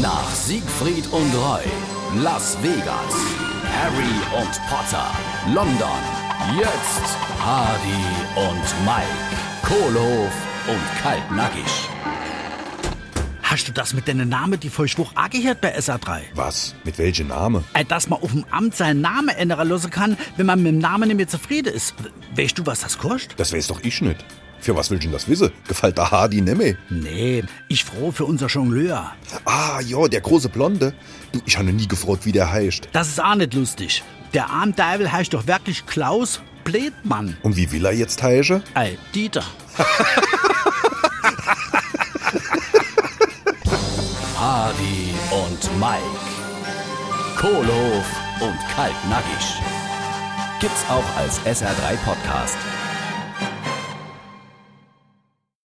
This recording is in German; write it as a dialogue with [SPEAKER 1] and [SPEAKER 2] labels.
[SPEAKER 1] Nach Siegfried und Roy, Las Vegas, Harry und Potter, London, jetzt Hardy und Mike, Kohlhof und Kaltnackig.
[SPEAKER 2] Hast du das mit deinem Namen, die voll schwuch angehört bei SA3?
[SPEAKER 3] Was? Mit welchem Namen?
[SPEAKER 2] Äh, Dass man auf dem Amt seinen Namen ändern lassen kann, wenn man mit dem Namen nicht mehr zufrieden ist. We- Weißt du, was das kostet?
[SPEAKER 3] Das weiß doch ich nicht. Für was willst du denn das wissen? Gefällt der Hardy nemme?
[SPEAKER 2] Nee, ich froh für unser Jongleur.
[SPEAKER 3] Ah, ja, der große Blonde. Du, ich habe noch nie gefragt, wie der heißt.
[SPEAKER 2] Das ist auch nicht lustig. Der arme Teufel heißt doch wirklich Klaus Bledmann.
[SPEAKER 3] Und wie will er jetzt heißen?
[SPEAKER 2] Ey, Dieter.
[SPEAKER 1] Hardy und Mike, Kohlhof und Kaltnackig. Gibt's auch als SR3 Podcast.